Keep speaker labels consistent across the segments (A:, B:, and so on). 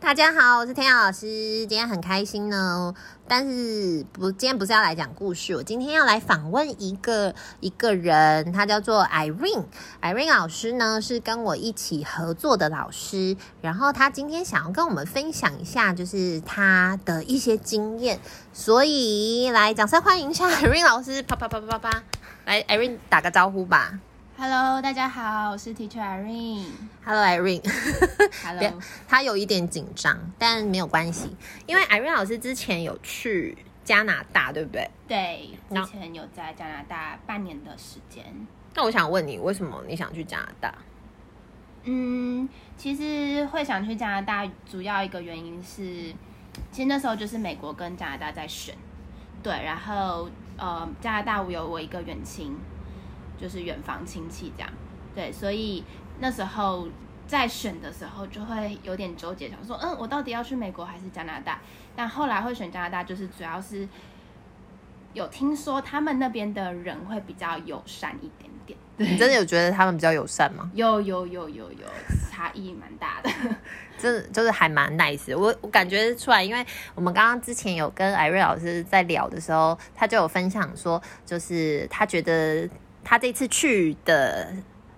A: 大家好，我是天雅老师，今天很开心呢。但是不，今天不是要来讲故事，我今天要来访问一个一个人，他叫做 Irene。Irene 老师呢是跟我一起合作的老师，然后他今天想要跟我们分享一下，就是他的一些经验，所以来掌声欢迎一下 Irene 老师，啪啪啪啪啪啪，来 Irene 打个招呼吧。
B: Hello，大家好，我是 Teacher Irene。
A: Hello，Irene。别
B: Hello，
A: 他有一点紧张，但没有关系，因为 Irene 老师之前有去加拿大，对不对？
B: 对，
A: No
B: 之前有在加拿大半年的时间。
A: 那我想问你，为什么你想去加拿大？
B: 嗯，其实会想去加拿大，主要一个原因是，其实那时候就是美国跟加拿大在选，对，然后呃，加拿大我有我一个远亲，就是远房亲戚这样，对，所以那时候在选的时候就会有点纠结，想说，嗯，我到底要去美国还是加拿大？但后来会选加拿大，就是主要是有听说他们那边的人会比较友善一点点，对。
A: 你真的有觉得他们比较友善吗？
B: 有有有有有，差异蛮大的。
A: 真的就是还蛮 nice 的。我我感觉出来，因为我们刚刚之前有跟艾瑞老师在聊的时候，他就有分享说，就是他觉得他这次去的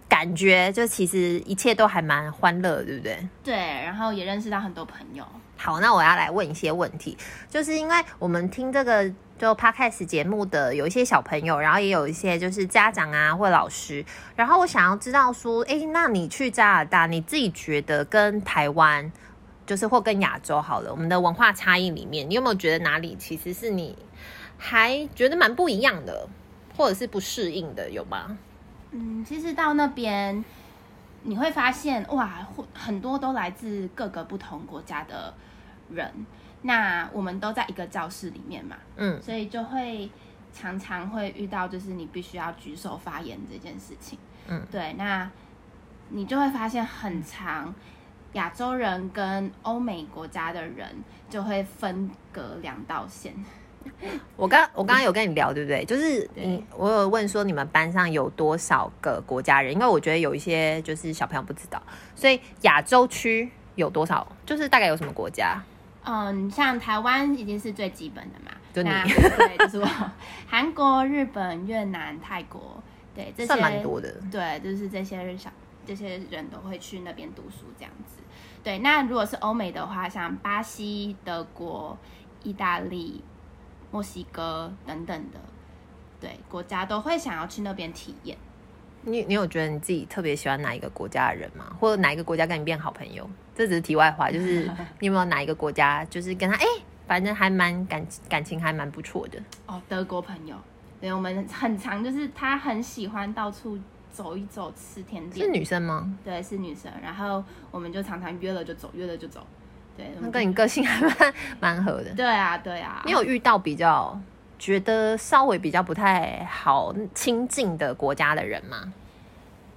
A: 感觉，就其实一切都还蛮欢乐，对不对？
B: 对，然后也认识到很多朋友。
A: 好，那我要来问一些问题，就是因为我们听这个就 podcast 节目的有一些小朋友，然后也有一些就是家长啊或老师，然后我想要知道说，诶，那你去加拿大，你自己觉得跟台湾，就是或跟亚洲好了，我们的文化差异里面，你有没有觉得哪里其实是你还觉得蛮不一样的，或者是不适应的，有吗？
B: 嗯，其实到那边你会发现，哇，或很多都来自各个不同国家的人。那我们都在一个教室里面嘛，
A: 嗯，
B: 所以就会常常会遇到，就是你必须要举手发言这件事情。
A: 嗯，
B: 对，那你就会发现很长。亚洲人跟欧美国家的人就会分隔两道线，
A: 我刚我刚刚有跟你聊，对不 对？就是
B: 对
A: 你，我有问说你们班上有多少个国家人，因为我觉得有一些就是小朋友不知道，所以亚洲区有多少，就是大概有什么国家？
B: 嗯，像台湾已经是最基本的嘛，
A: 就你
B: 那对，就是我， 韩国、日本、越南、泰国，对，这些
A: 算蛮多的。
B: 对，就是这些人小这些人都会去那边读书这样子。对，那如果是欧美的话，像巴西、德国、意大利、墨西哥等等的，对国家都会想要去那边体验。
A: 你你有觉得你自己特别喜欢哪一个国家的人吗？或者哪一个国家跟你变好朋友？这只是题外话，就是 你有没有哪一个国家就是跟他哎、反正还蛮感感情还蛮不错的。
B: 哦，德国朋友，对我们很常就是他很喜欢到处走一走，吃甜点
A: 是。女生吗？
B: 对，是女生。然后我们就常常约了就走，约了就走。对，我
A: 那
B: 们
A: 跟你个性还蛮蛮合的。
B: 对啊，对啊。
A: 你有遇到比较觉得稍微比较不太好亲近的国家的人吗？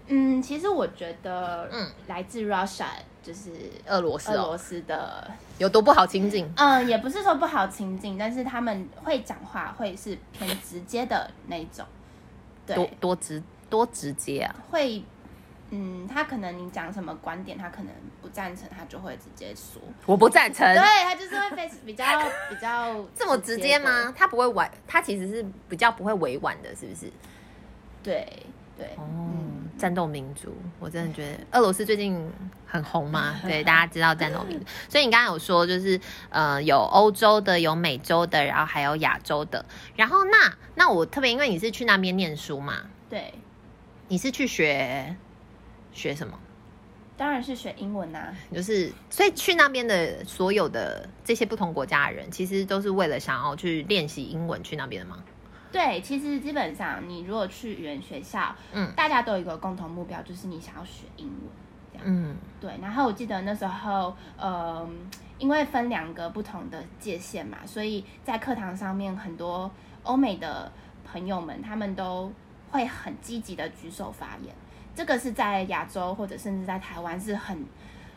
B: 嗯，其实我觉得，
A: 嗯
B: 嗯，来自 Russia 就是
A: 俄罗斯
B: 俄
A: 哦，
B: 罗斯的，
A: 有多不好亲近？
B: 嗯，也不是说不好亲近，但是他们会讲话会是偏直接的那一种，
A: 多
B: 对，
A: 多直多直接啊！
B: 会。嗯，他可能你讲什么观点，他可能不赞成，他就会直接说。
A: 我不赞成
B: 对他就是会被比 较比较
A: 这么直接
B: 的
A: 吗？？他不会婉，他其实是比较不会委婉的，是不是？
B: 对对，
A: 哦
B: 嗯，，
A: 战斗民族，我真的觉得俄罗斯最近很红嘛， 对，大家知道战斗民族。所以你刚刚有说，就是呃，有欧洲的，有美洲的，然后还有亚洲的。然后那那我特别因为你是去那边念书嘛，
B: 对，
A: 你是去学学什么？
B: 当然是学英文啊。
A: 就是所以去那边的所有的这些不同国家的人，其实都是为了想要去练习英文去那边的吗？
B: 对，其实基本上你如果去语言学校，
A: 嗯
B: 大家都有一个共同目标，就是你想要学英文。
A: 嗯，
B: 对，然后我记得那时候，呃，因为分两个不同的界限嘛，所以在课堂上面，很多欧美的朋友们他们都会很积极的举手发言。这个是在亚洲或者甚至在台湾是很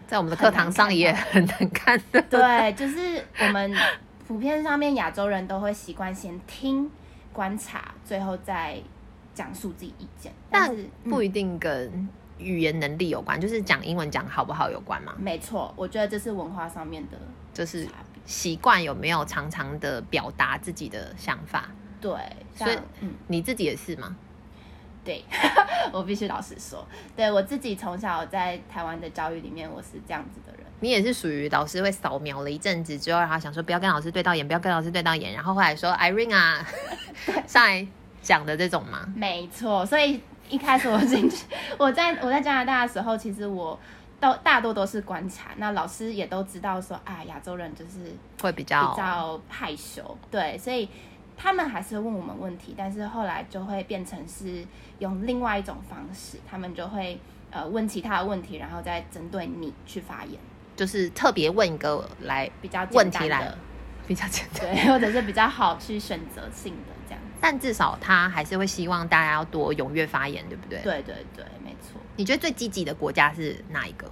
A: 在我们的课堂上也很难看的。
B: 对，就是我们普遍上面亚洲人都会习惯先听、观察，最后再讲述自己意见。
A: 但
B: 是
A: 不
B: 嗯
A: 一定跟语言能力有关，就是讲英文讲好不好有关嘛？
B: 嗯没错，我觉得这是文化上面的
A: 就是
B: 差别。
A: 习惯有没有常常的表达自己的想法？
B: 对，
A: 所以
B: 像嗯，
A: 你自己也是吗？
B: 对， 我必须老实说，对我自己从小在台湾的教育里面，我是这样子的人。
A: 你也是属于老师会扫描了一阵子之后，然后想说不要跟老师对到眼，不要跟老师对到眼，然后后来说 Irene 啊 上来讲的这种吗？
B: 没错，所以一开始我进去， 我在我在加拿大的时候，其实我都大多都是观察，那老师也都知道说啊，亚洲人就是
A: 会比较
B: 比较害羞，对，所以他们还是会问我们问题，但是后来就会变成是用另外一种方式，他们就会呃问其他的问题，然后再针对你去发言，
A: 就是特别问一个来
B: 比较简
A: 问
B: 单
A: 题来
B: 的，
A: 比较简单，
B: 对，或者是比较好去选择性的这样子。
A: 但至少他还是会希望大家要多踊跃发言，对不对？。
B: 对对对，没错。
A: 你觉得最积极的国家是哪一个？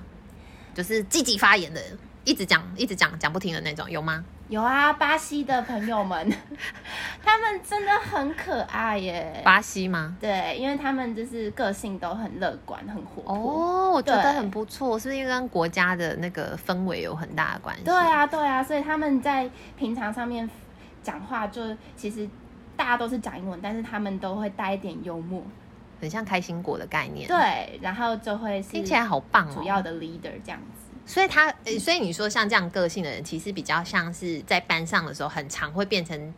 A: 就是积极发言的，一直讲一直讲讲不停的那种，有吗？
B: 有啊，巴西的朋友们， 他们真的很可爱耶。
A: 巴西吗？
B: 对，因为他们就是个性都很乐观，很活泼。
A: 哦，我觉得
B: 对
A: 很不错，是不是跟国家的那个氛围有很大的关系？
B: 对，啊，对啊，所以他们在平常上面讲话就其实。大家都是讲英文，但是他们都会带一点幽默，
A: 很像开心果的概念。，
B: 对，然后就会是
A: 听起来好棒哦。
B: 主要的 leader 这样子，
A: 所以他，呃所以你说像这样个性的人，其实比较像是在班上的时候，很常会变成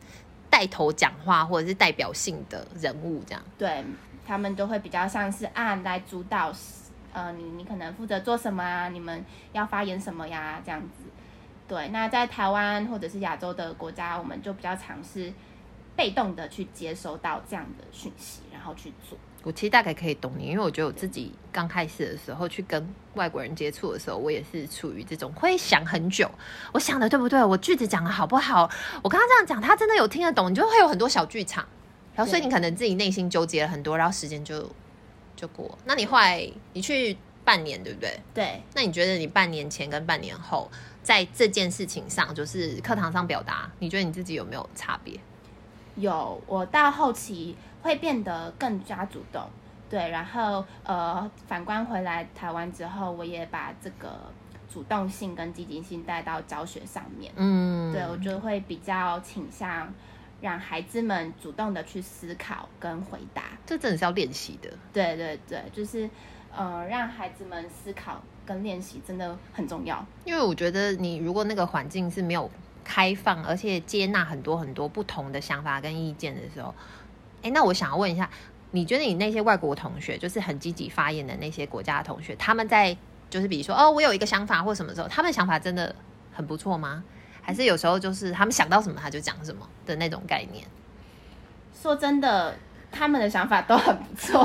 A: 带头讲话或者是代表性的人物这样。
B: 对他们都会比较像是啊来主导，呃，你你可能负责做什么啊，你们要发言什么呀，这样子。对，那在台湾或者是亚洲的国家，我们就比较尝试被动的去接收到这样的讯息，然后去做。
A: 我其实大概可以懂你，因为我觉得我自己刚开始的时候去跟外国人接触的时候，我也是处于这种会想很久，我想的对不对，我句子讲的好不好，我刚刚这样讲，他真的有听得懂，你就会有很多小剧场，然后所以
B: 对
A: 你可能自己内心纠结了很多，然后时间就就过。那你后来你去半年，对不对？
B: 对，
A: 那你觉得你半年前跟半年后在这件事情上，就是课堂上表达，你觉得你自己有没有差别？
B: 有，我到后期会变得更加主动，对，然后呃，反观回来台湾之后，我也把这个主动性跟积极性带到教学上面，
A: 嗯，
B: 对我就会比较倾向让孩子们主动的去思考跟回答，
A: 这真的是要练习的。
B: 对对对，就是呃，让孩子们思考跟练习真的很重要，
A: 因为我觉得你如果那个环境是没有开放，而且接纳很多很多不同的想法跟意见的时候，哎，那我想要问一下，你觉得你那些外国同学，就是很积极发言的那些国家的同学，他们在就是比如说哦，我有一个想法或什么时候，他们想法真的很不错吗？还是有时候就是他们想到什么他就讲什么的那种概念，
B: 说真的，他们的想法都很不错。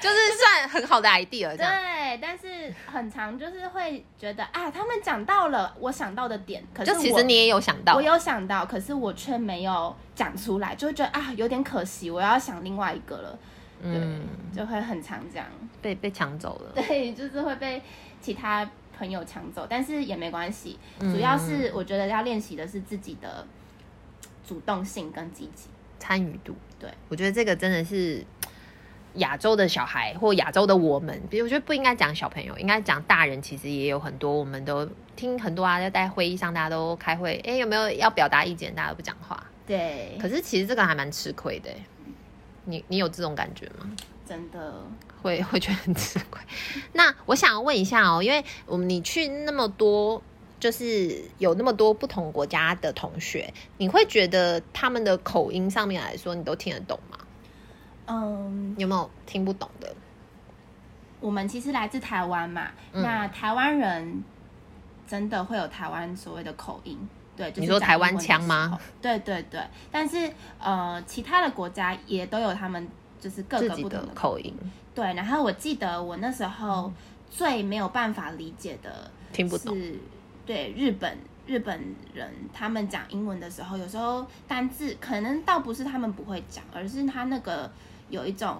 A: 就是算很好的 idea 这样，
B: 对，啊但是很常就是会觉得啊，他们讲到了我想到的点，可是
A: 就
B: 我
A: 其实你也有想到
B: 我，有想到，可是我却没有讲出来，就会觉得啊有点可惜，我要想另外一个了，
A: 嗯，
B: 就会很常这样。
A: 被被抢走了。
B: 对，就是会被其他朋友抢走，但是也没关系，
A: 嗯
B: 主要是我觉得要练习的是自己的主动性跟积极。
A: 参与度。
B: 对，
A: 我觉得这个真的是亚洲的小孩或亚洲的我们，比如我觉得不应该讲小朋友，应该讲大人。其实也有很多，我们都听很多啊，在会议上大家都开会，哎，有没有要表达意见，大家都不讲话。
B: 对，
A: 可是其实这个还蛮吃亏的诶。你你有这种感觉吗？
B: 真的
A: 会 会觉得很吃亏。那我想问一下哦，因为我们你去那么多，就是有那么多不同国家的同学，你会觉得他们的口音上面来说，你都听得懂吗？
B: 嗯，
A: 有没有听不懂的？
B: 我们其实来自台湾嘛，
A: 嗯
B: 那台湾人真的会有台湾所谓的口音，对，就是
A: 你说
B: 讲
A: 台湾腔吗
B: 英文的时候？对对对，但是呃，其他的国家也都有他们就是各
A: 自
B: 个
A: 己
B: 不
A: 的
B: 同的
A: 口嗯音
B: 对，然后我记得我那时候最没有办法理解的
A: 听不懂，
B: 是，对日本日本人他们讲英文的时候，有时候单字可能倒不是他们不会讲，而是他那个有一种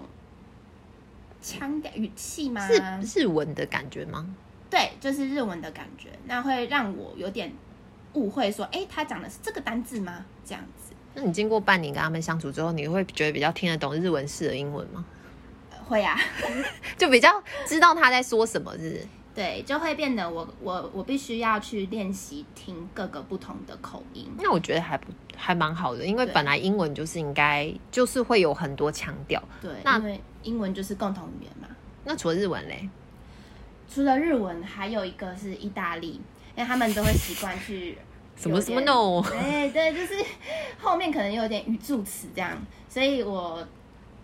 B: 腔调语气吗？
A: 是日啊文的感觉吗？
B: 对，就是日文的感觉，那会让我有点误会说，诶，他讲的是这个单字吗？这样子
A: 那你经过半年跟他们相处之后，你会觉得比较听得懂日文式的英文吗？
B: 呃会啊，
A: 就比较知道他在说什么，是不是？
B: 对，就会变得我我我必须要去练习听各个不同的口音。
A: 那我觉得还不还蛮好的，因为
B: 对
A: 本来英文就是应该就是会有很多腔调。
B: 对，
A: 那
B: 因为英文就是共同语言嘛。
A: 那除了日文嘞，
B: 除了日文，还有一个是意大利，因为他们都会习惯去
A: 什么
B: 有
A: 什么
B: 点
A: no，
B: 哎， 对，就是后面可能有点语助词这样，所以我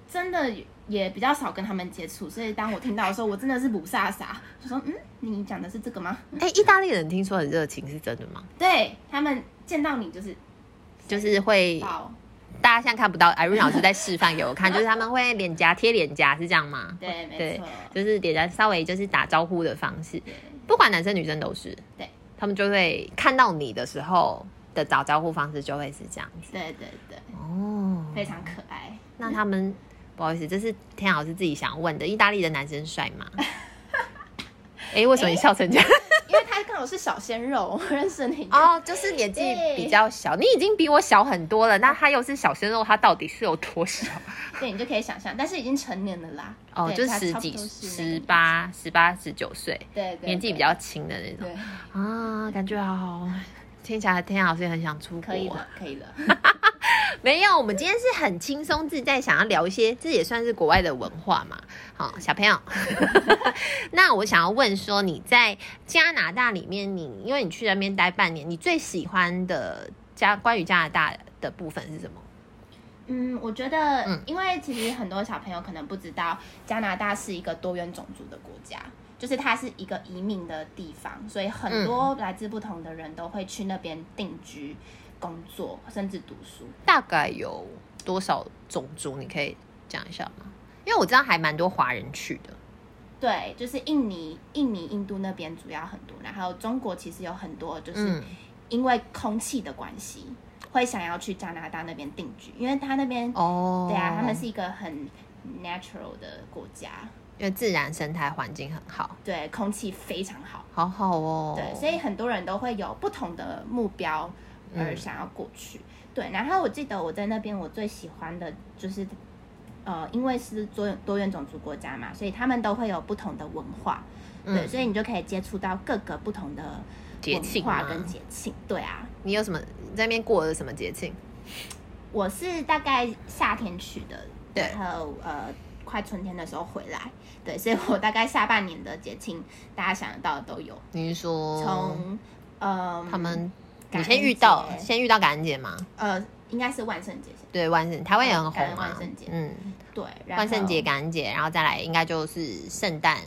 B: 真的也比较少跟他们接触，所以当我听到的时候，我真的是不飒飒，就说嗯，你讲的是这 个吗？
A: 哎、意大利人听说很热情，是真的吗？
B: 对他们见到你就是哦
A: 就是会，
B: 抱，
A: 大家现在看不到，艾瑞老师在示范给我看，就是他们会脸颊贴脸颊，是这样吗？
B: 对，没
A: 对
B: 错，
A: 就是脸颊稍微就是打招呼的方式，
B: 对
A: 不管男生女生都是，
B: 对，
A: 他们就会看到你的时候的打招呼方式就会是这样子。
B: 对对对，
A: 哦，
B: 非常可 爱。
A: 那他们不好意思，这是天老师自己想问的，意大利的男生帅 吗？哎、为什么你笑成这样？
B: 因为他刚好是小鲜肉，我认识 你
A: 哦，就是年纪
B: 对
A: 比较小，你已经比我小很多了，那他又是小鲜肉，他到底是有多小？
B: 对你就可以想象，但是已经成年了啦。
A: 哦，
B: 对
A: 就是
B: 他
A: 十
B: 差不
A: 几、
B: 多是那个
A: 十八、十八、十九岁，
B: 对，对
A: 年纪比较轻的那种
B: 对，
A: 啊，感觉好好。听起来天老师也很想出国
B: 可，以了，可以了。
A: 没有，我们今天是很轻松自在，想要聊一些，这也算是国外的文化嘛。好，小朋 友， 那我想要问说，你在加拿大里面你，因为你去那边待半年，你最喜欢的加关于加拿大的部分是什么？
B: 嗯，我觉得，
A: 嗯
B: 因为其实很多小朋友可能不知道，加拿大是一个多元种族的国家，就是它是一个移民的地方，所以很多
A: 嗯
B: 来自不同的人都会去那边定居、工作，甚至读书。
A: 大概有多少种族？你可以讲一下吗？因为我知道还蛮多华人去的。
B: 对，就是印尼、印尼、印度那边主要很多，然后中国其实有很多，就是
A: 嗯，
B: 因为空气的关系，会想要去加拿大那边定居，因为他那边，
A: 哦，
B: 对啊，他们是一个很 natural 的国家，
A: 因为自然生态环境很好，
B: 对，空气非常好。
A: 好好哦。
B: 对，所以很多人都会有不同的目标
A: 嗯
B: 而想要过去。对，然后我记得我在那边，我最喜欢的就是，呃，因为是多多元种族国家嘛，所以他们都会有不同的文化。对，
A: 嗯
B: 所以你就可以接触到各个不同的
A: 节
B: 文
A: 庆
B: 化
A: 吗
B: 跟节庆。对啊，
A: 你有什么你在那边过的什么节庆？
B: 我是大概夏天去的，
A: 对
B: 然后呃。快春天的时候回来，对，所以我大概下半年的节庆，大家想得到的都有，
A: 你是说
B: 从，嗯，
A: 哦他们，
B: 感
A: 你
B: 恩
A: 先遇到
B: 节
A: 先遇到感恩节吗？
B: 呃，应该是万圣节先
A: 对，万圣台湾也很
B: 哦感
A: 红
B: 恩
A: 啊，
B: 万圣节
A: 嗯，
B: 对，然后
A: 万圣节、感恩节，然后再来应该就是圣诞。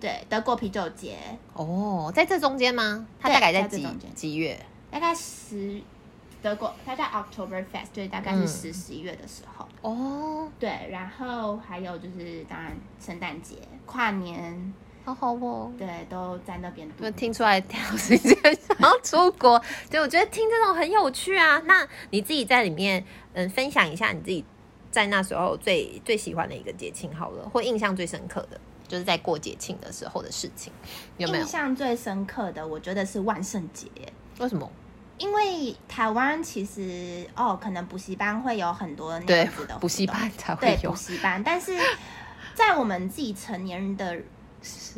B: 对德国啤酒节，
A: 哦，在这中间吗？它
B: 对
A: 大概在
B: 在这
A: 几
B: 中间
A: 几月？
B: 大概十德国，它叫 October Fest，对，大概
A: 嗯
B: 是十十一月的时候。
A: 哦，
B: 对，然后还有就是当然圣诞节、跨年，
A: 好好哦。
B: 对，都在那边度
A: 就。听出来，田老师今天想要出国，对我觉得听这种很有趣啊。那你自己在里面，嗯，分享一下你自己在那时候最最喜欢的一个节庆好了，或印象最深刻的，就是在过节庆的时候的事情，有没有
B: 印？象最深刻的，我觉得是万圣节。
A: 为什么？
B: 因为台湾其实哦，可能补习班会有很多那
A: 对
B: 样子的，
A: 补习
B: 活动
A: 班才会
B: 对
A: 有
B: 补，习班，但是在我们自己成年人的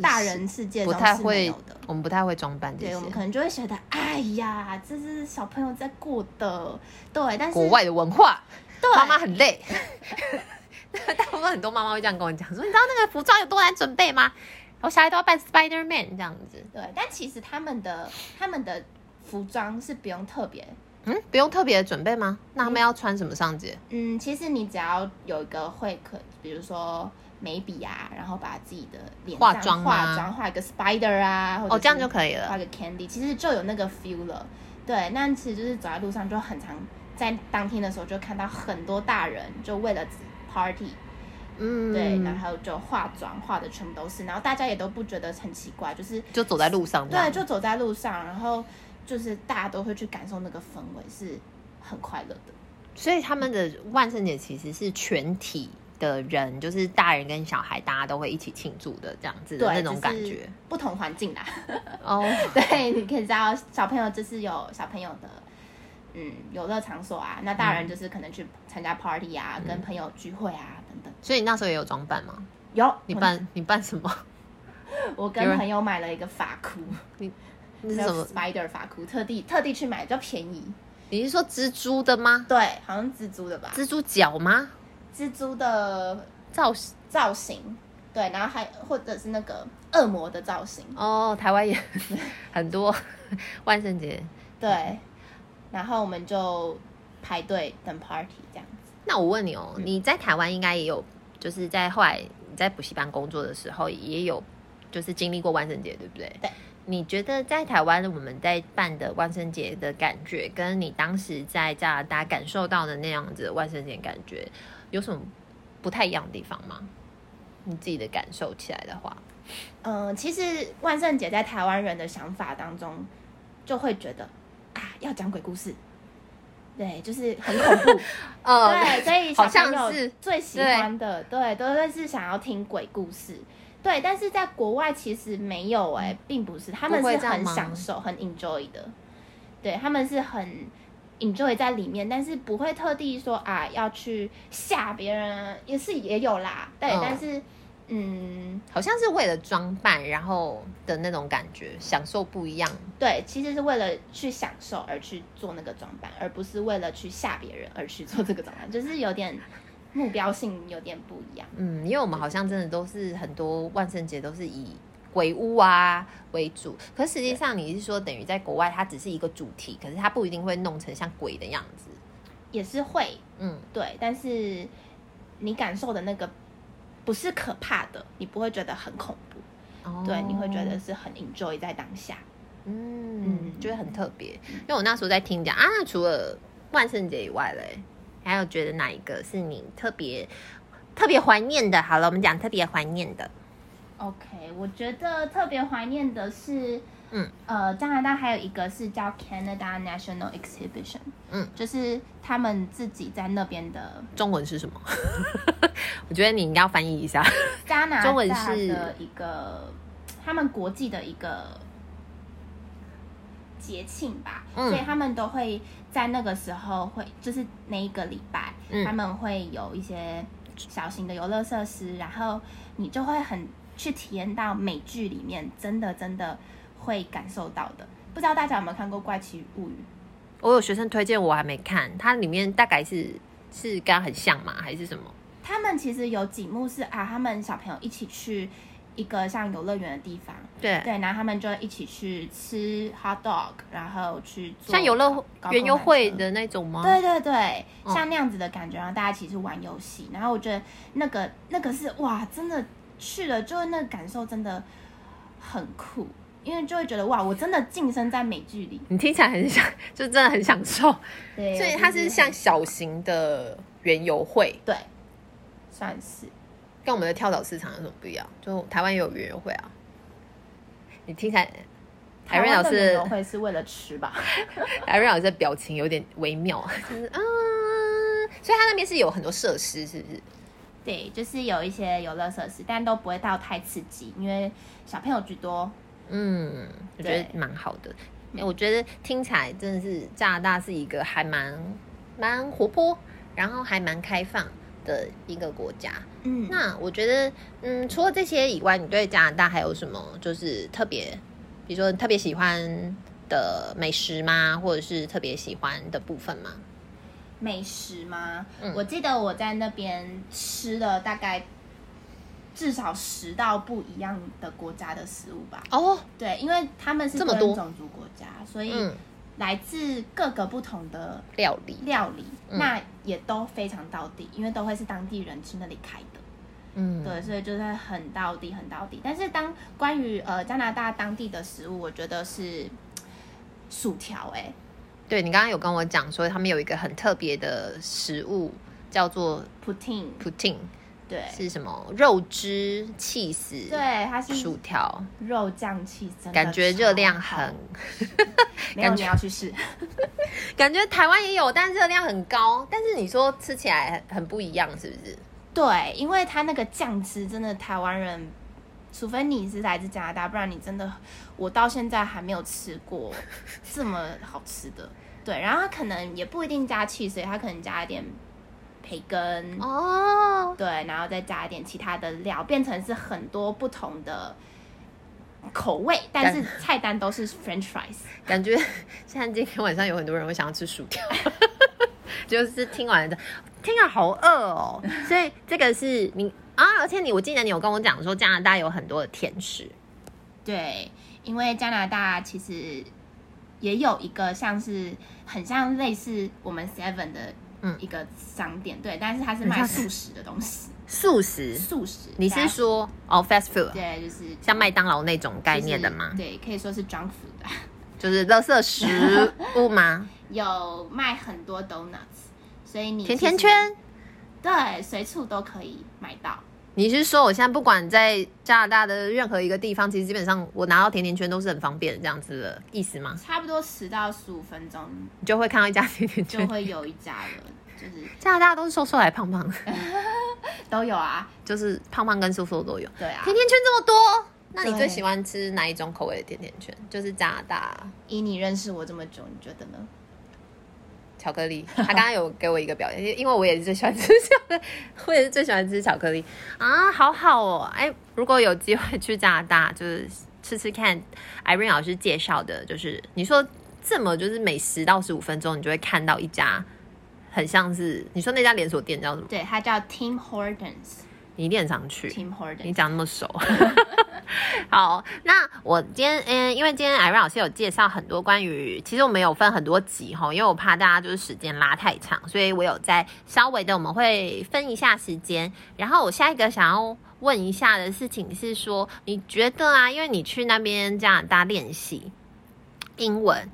B: 大人世界
A: 不
B: 中
A: 太
B: 是没
A: 会
B: 有的。，
A: 我们不太会装扮这
B: 对，我们可
A: 些
B: 能就会觉得，哎呀，这是小朋友在过的，对，但是
A: 国外的文化。
B: 对
A: 妈妈很累。 大部分很多妈妈会这样跟我讲，说你知道那个服装有多难准备吗？我小孩都要扮 Spider Man 这样子。
B: 对，但其实他们的他们的服装是不用特别，
A: 嗯，不用特别准备吗？那他们要穿什么上街？
B: 嗯，其实你只要有一个会可，比如说眉笔啊，然后把自己的脸
A: 化
B: 上
A: 妆啊
B: 化妆画一个 spider 啊，或者
A: 哦，这样
B: 是
A: 就可以
B: 画
A: 了。
B: 个 candy，其实就有那个 feel 了。对，那其实就是走在路上就很常在当天的时候就看到很多大人就为了 party，
A: 嗯，
B: 对，然后就化妆化的全都是，然后大家也都不觉得很奇怪，就是
A: 就走在路上这样。
B: 对，就走在路上，然后就是大家都会去感受那个氛围是很快乐的。
A: 所以他们的万圣节其实是全体的人，就是大人跟小孩，大家都会一起庆祝的这样子的
B: 对
A: 那种
B: 就是
A: 感觉。
B: 不同环境啦，
A: 哦，
B: 对，你可以知道小朋友就是有小朋友的。嗯，游乐场所啊，
A: 嗯
B: 那大人就是可能去参加 party 啊，跟朋友聚会啊等等。
A: 所以你那时候也有装扮吗？
B: 有
A: 你办你办什 么？
B: 我
A: 有
B: 跟
A: 人
B: 朋友买了一个发 箍，
A: 你是
B: 叫
A: 什么？
B: Spider 发箍，特地特地去买，比较便宜。
A: 你是说蜘蛛的吗？
B: 对，好像蜘蛛的吧？
A: 蜘蛛脚吗？
B: 蜘蛛的
A: 造型
B: 造型，对，然后还或者是那个恶魔的造型，
A: 哦，台湾也 很多， 万圣节。
B: 对，然后我们就排队等 party 这样子。
A: 那我问你哦，你在台湾应该也有，就是在后来你在补习班工作的时候也有，就是经历过万圣节，对不对？
B: 对。
A: 你觉得在台湾我们在办的万圣节的感觉，跟你当时在加拿大感受到的那样子的万圣节感觉，有什么不太一样的地方吗？你自己的感受起来的话，
B: 嗯，其实万圣节在台湾人的想法当中，就会觉得啊，要讲鬼故事，对，就是很恐怖，
A: 呃
B: 对，所以
A: 好
B: 小朋
A: 像是
B: 友最喜欢的，对，都会是想要听鬼故事。对，但是在国外其实没有哎、并不是，他们
A: 不会
B: 是
A: 这样
B: 很
A: 吗
B: 享受、很 enjoy 的，对他们是很 enjoy 在里面，但是不会特地说啊要去吓别人，也是也有啦，对，
A: 嗯
B: 但是嗯，
A: 好像是为了装扮，然后的那种感觉，享受不一样。
B: 对，其实是为了去享受而去做那个装扮，而不是为了去吓别人而去做这个装扮，就是有点目标性有点不一样。
A: 嗯，因为我们好像真的都是很多万圣节都是以鬼屋啊为主，可实际上你是说等于在国外它只是一个主题，可是它不一定会弄成像鬼的样子。
B: 也是会
A: 嗯，
B: 对，但是你感受的那个不是可怕的，你不会觉得很恐怖，
A: 哦
B: 对，你会觉得是很 enjoy 在当下。
A: 嗯，
B: 嗯
A: 觉得很特别。因为我那时候在听讲啊，那除了万圣节以外嘞，还有觉得哪一个是你特别特别怀念的？好了，我们讲特别怀念的。
B: OK，我觉得特别怀念的是，
A: 嗯，
B: 呃，加拿大还有一个是叫 Canada National Exhibition，
A: 嗯，
B: 就是他们自己在那边的
A: 中文是什么？ 我觉得你应该要翻译一下。
B: 加拿
A: 中文
B: 大
A: 是
B: 的一个他们国际的一个节庆吧，
A: 嗯
B: 所以他们都会在那个时候会，就是那一个礼拜，
A: 嗯
B: 他们会有一些小型的游乐设施，然后你就会很去体验到美剧里面真的真的会感受到的。不知道大家有没有看过《怪奇物语》？
A: 我有学生推荐我还没看，它里面大概是是跟它很像吗？还是什么？
B: 他们其实有几幕是啊，他们小朋友一起去一个像游乐园的地方，
A: 对，
B: 对，然后他们就一起去吃 hot dog，然后去做
A: 像游乐
B: 高空
A: 园游会
B: 缆车。
A: 的那种吗？
B: 对对对，
A: 嗯
B: 像那样子的感觉，然后大家一起去玩游戏，然后我觉得那个那个是哇，真的去了就会那个感受真的很酷，因为就会觉得哇，我真的晋升在美剧里。
A: 你听起来很想，就真的很享受。
B: 对，
A: 所以
B: 我
A: 它
B: 就是很
A: 像小型的园游会，
B: 对，算是
A: 跟我们的跳蚤市场有什么不一样？就台湾也有园游会啊。你听起来，
B: 台
A: 瑞
B: 湾
A: 老
B: 的
A: 师
B: 旅游会是为了吃吧？
A: 艾瑞老师的表情有点微妙， 就是啊，所以他那边是有很多设施，是不是？
B: 对，就是有一些游乐设施，但都不会到太刺激，因为小朋友居多。
A: 嗯，我觉得
B: 对
A: 蛮好的。欸我觉得听起来真的是加拿大是一个还蛮蛮活泼，然后还蛮开放的一个国家。
B: 嗯
A: 那我觉得，嗯，除了这些以外，你对加拿大还有什么就是特别，比如说你特别喜欢的美食吗？或者是特别喜欢的部分吗？
B: 美食吗？
A: 嗯
B: 我记得我在那边吃了大概至少十道不一样的国家的食物吧。
A: 哦，
B: 对，因为他们是
A: 这么
B: 多元
A: 多
B: 种族国家，所以
A: 嗯，
B: 来自各个不同的
A: 料理，
B: 料理，
A: 嗯
B: 那也都非常道地，因为都会是当地人去那里开的。
A: 嗯，
B: 对，所以就是很到底，很到底。但是当关于呃加拿大当地的食物，我觉得是嘖薯条、欸，
A: 对，你刚刚有跟我讲说他们有一个很特别的食物叫做
B: 哎，poutine，
A: poutine，
B: 对
A: 是什么肉汁、气死、
B: 对，它是
A: 薯条，
B: 肉酱气，真的
A: 感觉
B: 超
A: 热量
B: 好
A: 很，
B: 没有
A: 感
B: 你要去试，
A: 感觉台湾也有，但热量很高。但是你说吃起来很不一样，是不是？
B: 对，因为它那个酱汁真的台湾人。除非你是来自加拿大，不然你真的，我到现在还没有吃 过这么好吃的。对，然后它可能也不一定加气，所以它可能加一点培根，
A: 哦，
B: 对，然后再加一点其他的料，变成是很多不同的口味，但是菜单都是 French fries。
A: 嗯感觉像今天晚上有很多人会想要吃薯 条，就是听完的，听了好饿哦。所以这个是你啊，而且你我记得你有跟我讲说加拿大有很多的甜食，
B: 对，因为加拿大其实也有一个像是很像类似我们 Seven 的
A: 嗯
B: 一个商店，对，但是它是
A: 很
B: 卖
A: 像
B: 素食的东西，
A: 素食。
B: 素食。
A: 你是
B: 大家
A: 说哦，fast food，
B: 对，就是
A: 像麦当劳那种概念的
B: 就
A: 吗
B: 是？对，可以说是 junk food 吧。
A: 就是垃圾食物吗？
B: 有卖很多 donuts，所以你
A: 甜
B: 其
A: 甜
B: 实
A: 圈？
B: 对，随处都可以买到。
A: 你是说我现在不管在加拿大的任何一个地方，其实基本上我拿到甜甜圈都是很方便的这样子的意思吗？
B: 差不多十到十五分钟
A: 你就会看到一家甜甜
B: 就
A: 圈。
B: 会有一家了，就是
A: 加拿大都是瘦瘦来胖胖的，
B: 都有啊，
A: 就是胖胖跟瘦瘦都 有。
B: 对啊。
A: 甜甜圈这么多，那你
B: 对
A: 最喜欢吃哪一种口味的甜甜圈？就是加拿大
B: 以你认识我这么久，你觉得呢？
A: 巧克力。他刚刚有给我一个表演，因为因为我也是最喜欢吃巧克力，我也是最喜欢吃巧克力啊，好好哦。哎，如果有机会去加拿大，就是吃吃看 Irene 老师介绍的，就是你说这么就是每十到十五分钟，你就会看到一家。很像是你说那家连锁店叫什么？
B: 对，它叫 Tim Hortons，Tim
A: 你一定很常去。你
B: Hortons。
A: 讲那么熟。 好，那我今天，嗯，因为今天艾瑞老师有介绍很多关于，其实我们有分很多集哈，因为我怕大家就是时间拉太长，所以我有在稍微的我们会分一下时间。然后我下一个想要问一下的事情是说，你觉得啊，因为你去那边加拿大练习英文，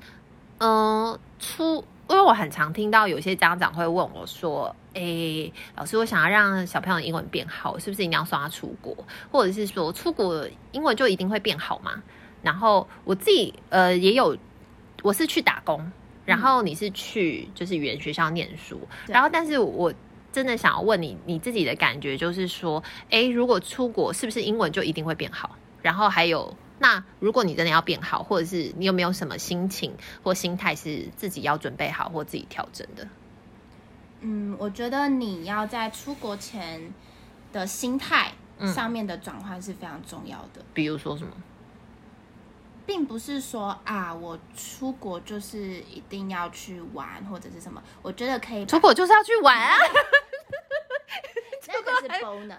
A: 嗯，出，因为我很常听到有些家长会问我说，诶、老师，我想要让小朋友的英文变好，是不是一定要送他出国，或者是说出国英文就一定会变好吗？然后我自己呃也有，我是去打工，然后你是去就是语言学校念书，
B: 对
A: 然后但是我真的想要问你，你自己的感觉就是说，诶，如果出国是不是英文就一定会变好？然后还有。那如果你真的要变好，或者是你有没有什么心情或心态是自己要准备好或自己调整的？
B: 嗯，我觉得你要在出国前的心态
A: 嗯
B: 上面的转换是非常重要的，
A: 比如说什么？
B: 并不是说啊，我出国就是一定要去玩或者是什么。我觉得可以把，
A: 出国就是要去玩啊！
B: 那个是 bonus，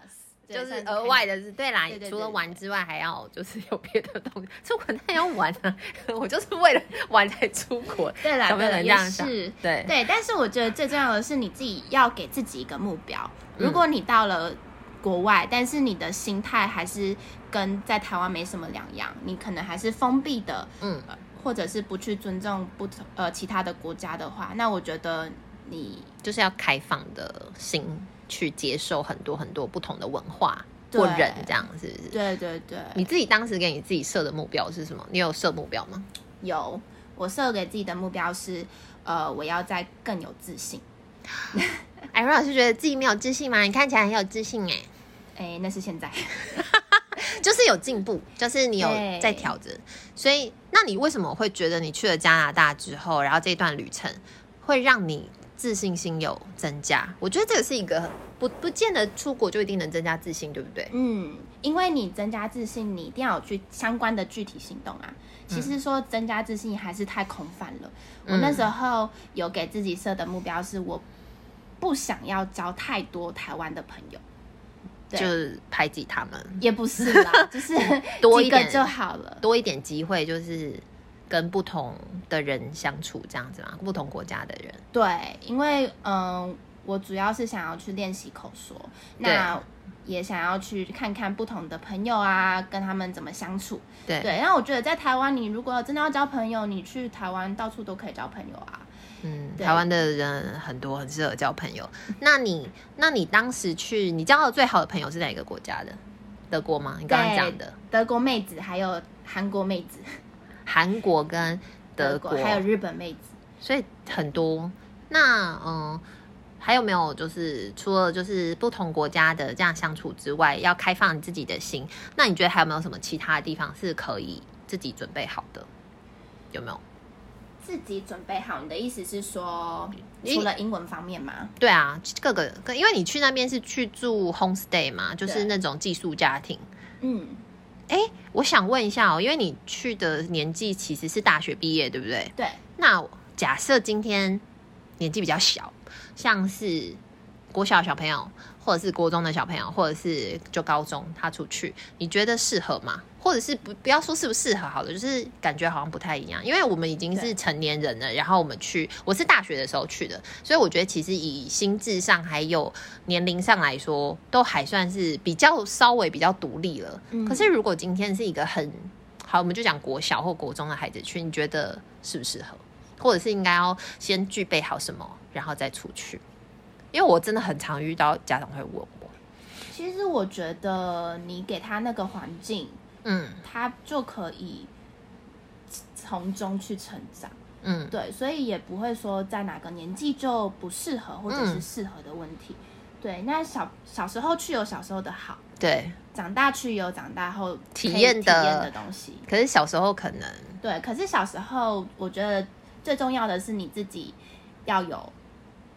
B: 对
A: 就是
B: 算
A: 额外
B: 可以
A: 的是，对啦，
B: 对对
A: 除了
B: 对对
A: 玩之外，还要就是有别的东西。出国当然要玩啊， 我就是为了玩才出国。
B: 对啦，
A: 小朋
B: 对
A: 友
B: 啦，
A: 能这
B: 也
A: 样想
B: 是，
A: 对
B: 对，但是我觉得最重要的是你自己要给自己一个目标。如果你到了国外，但是你的心态还是跟在台湾没什么两样，你可能还是封闭的，
A: 嗯，
B: 呃或者是不去尊重不同呃其他的国家的话，那我觉得你
A: 就是要开放的心去接受很多很多不同的文化
B: 对
A: 或人，这样是不是？
B: 对对对，
A: 你自己当时给你自己设的目标是什么？你有设目标吗？
B: 有我设给自己的目标是，呃，我要再更有自信。
A: 艾瑞老师觉得自己没有自信吗？你看起来很有自信哎、
B: 哎，那是现在。
A: 就是有进步，就是你有
B: 对
A: 在调整。所以，那你为什么会觉得你去了加拿大之后，然后这段旅程会让你自信心有增加？我觉得这个是一个不不见得出国就一定能增加自信，对不对？
B: 嗯，因为你增加自信，你一定要有去相关的具体行动
A: 嗯
B: 啊。其实说增加自信还是太空泛了。
A: 嗯
B: 我那时候有给自己设的目标是，我不想要交太多台湾的朋友，对
A: 就是排挤他们，
B: 也不是 啦，就是
A: 多一
B: 几个
A: 点
B: 就好了。
A: 多一点机会，就是跟不同的人相处这样子嘛，不同国家的人。
B: 对，因为嗯，我主要是想要去练习口说，那也想要去看看不同的朋友啊，跟他们怎么相处。
A: 对，
B: 对，那我觉得在台湾，你如果真的要交朋友，你去台湾到处都可以交朋友啊。
A: 嗯，
B: 对
A: 台湾的人很多，很适合交朋友。那你，那你当时去，你交到最好的朋友是哪一个国家的？德国吗？你刚刚
B: 对
A: 讲的。
B: 德国妹子，还有韩国妹子，
A: 韩国跟德国，
B: 还有日本妹子。
A: 所以很多。那嗯，还有没有就是除了就是不同国家的这样相处之外，要开放你自己的心？那你觉得还有没有什么其他的地方是可以自己准备好的？有没有？
B: 自己准备好，你的意思是说，
A: 因
B: 除了英文方面吗？
A: 对啊，各个各，因为你去那边是去住 homestay 嘛，就是那种寄宿家庭。
B: 嗯，
A: 哎，我想问一下哦，因为你去的年纪其实是大学毕业，对不对？
B: 对，
A: 那假设今天年纪比较小，像是国小小朋友，或者是国中的小朋友，或者是就高中，他出去，你觉得适合吗？或者是不不要说适不适合好了，就是感觉好像不太一样，因为我们已经是
B: 对
A: 成年人了，然后我们去，我是大学的时候去的，所以我觉得其实以心智上还有年龄上来说，都还算是比较稍微比较独立了。
B: 嗯
A: 可是如果今天是一个很好，我们就讲国小或国中的孩子去，你觉得适不适合？或者是应该要先具备好什么，然后再出去？因为我真的很常遇到家长会问我，
B: 其实我觉得你给他那个环境，
A: 嗯
B: 他就可以从中去成长。
A: 嗯
B: 对，所以也不会说在哪个年纪就不适合或者是
A: 嗯
B: 适合的问题。对，那小小时候去有小时候的好，
A: 对。
B: 长大去有长大后
A: 体
B: 可以
A: 验
B: 体
A: 的
B: 验的东西。
A: 可是小时候可能
B: 对，可是小时候我觉得最重要的是你自己要有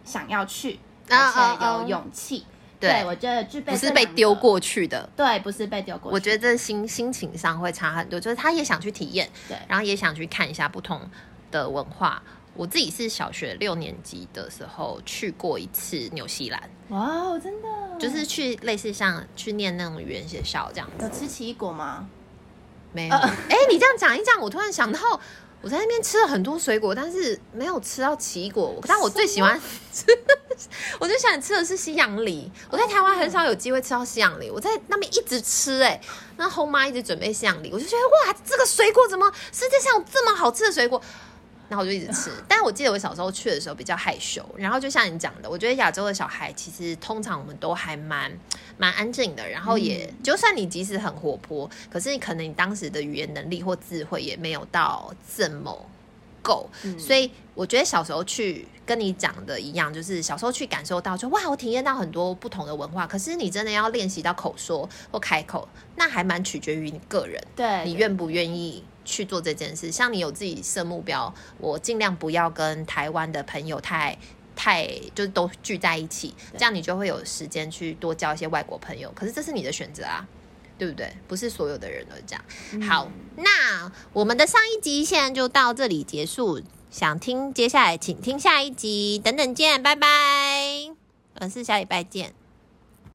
B: 想要去，
A: 啊
B: 而且
A: 啊啊
B: 有勇气。
A: 对
B: 我觉得具备
A: 不是
B: 这
A: 被
B: 两
A: 丢
B: 个，
A: 过去的，
B: 对，不是被丢过去。
A: 我觉得心心情上会差很多。就是他也想去体验，
B: 对
A: 然后也想去看一下不同的文化。我自己是小学六年级的时候去过一次纽西兰，
B: 哇哦，真的
A: 就是去类似像去念那种语言学校这样子。
B: 有吃奇异果吗？
A: 没有，哎、你这样讲一讲，我突然想到，我在那边吃了很多水果，但是没有吃到奇异果。但我最喜欢吃，我最喜欢吃的是西洋梨。我在台湾很少有机会吃到西洋梨，我在那边一直吃、哎，那后妈一直准备西洋梨，我就觉得哇，这个水果怎么世界上有这么好吃的水果？然后我就一直吃，但我记得我小时候去的时候比较害羞，然后就像你讲的，我觉得亚洲的小孩其实通常我们都还蛮蛮安静的，然后也、就算你即使很活泼，可是可能你当时的语言能力或智慧也没有到这么够，
B: 嗯
A: 所以我觉得小时候去跟你讲的一样，就是小时候去感受到就哇，我体验到很多不同的文化，可是你真的要练习到口说或开口，那还蛮取决于你个人。
B: 对，
A: 你
B: 对
A: 愿不愿意去做这件事？像你有自己设目标，我尽量不要跟台湾的朋友太太就是都聚在一起，这样你就会有时间去多交一些外国朋友。可是这是你的选择啊。对不对？不是所有的人都这样。
B: 嗯
A: 好，那我们的上一集现在就到这里结束。想听接下来，请听下一集。等等见，拜拜。我们是下礼拜见。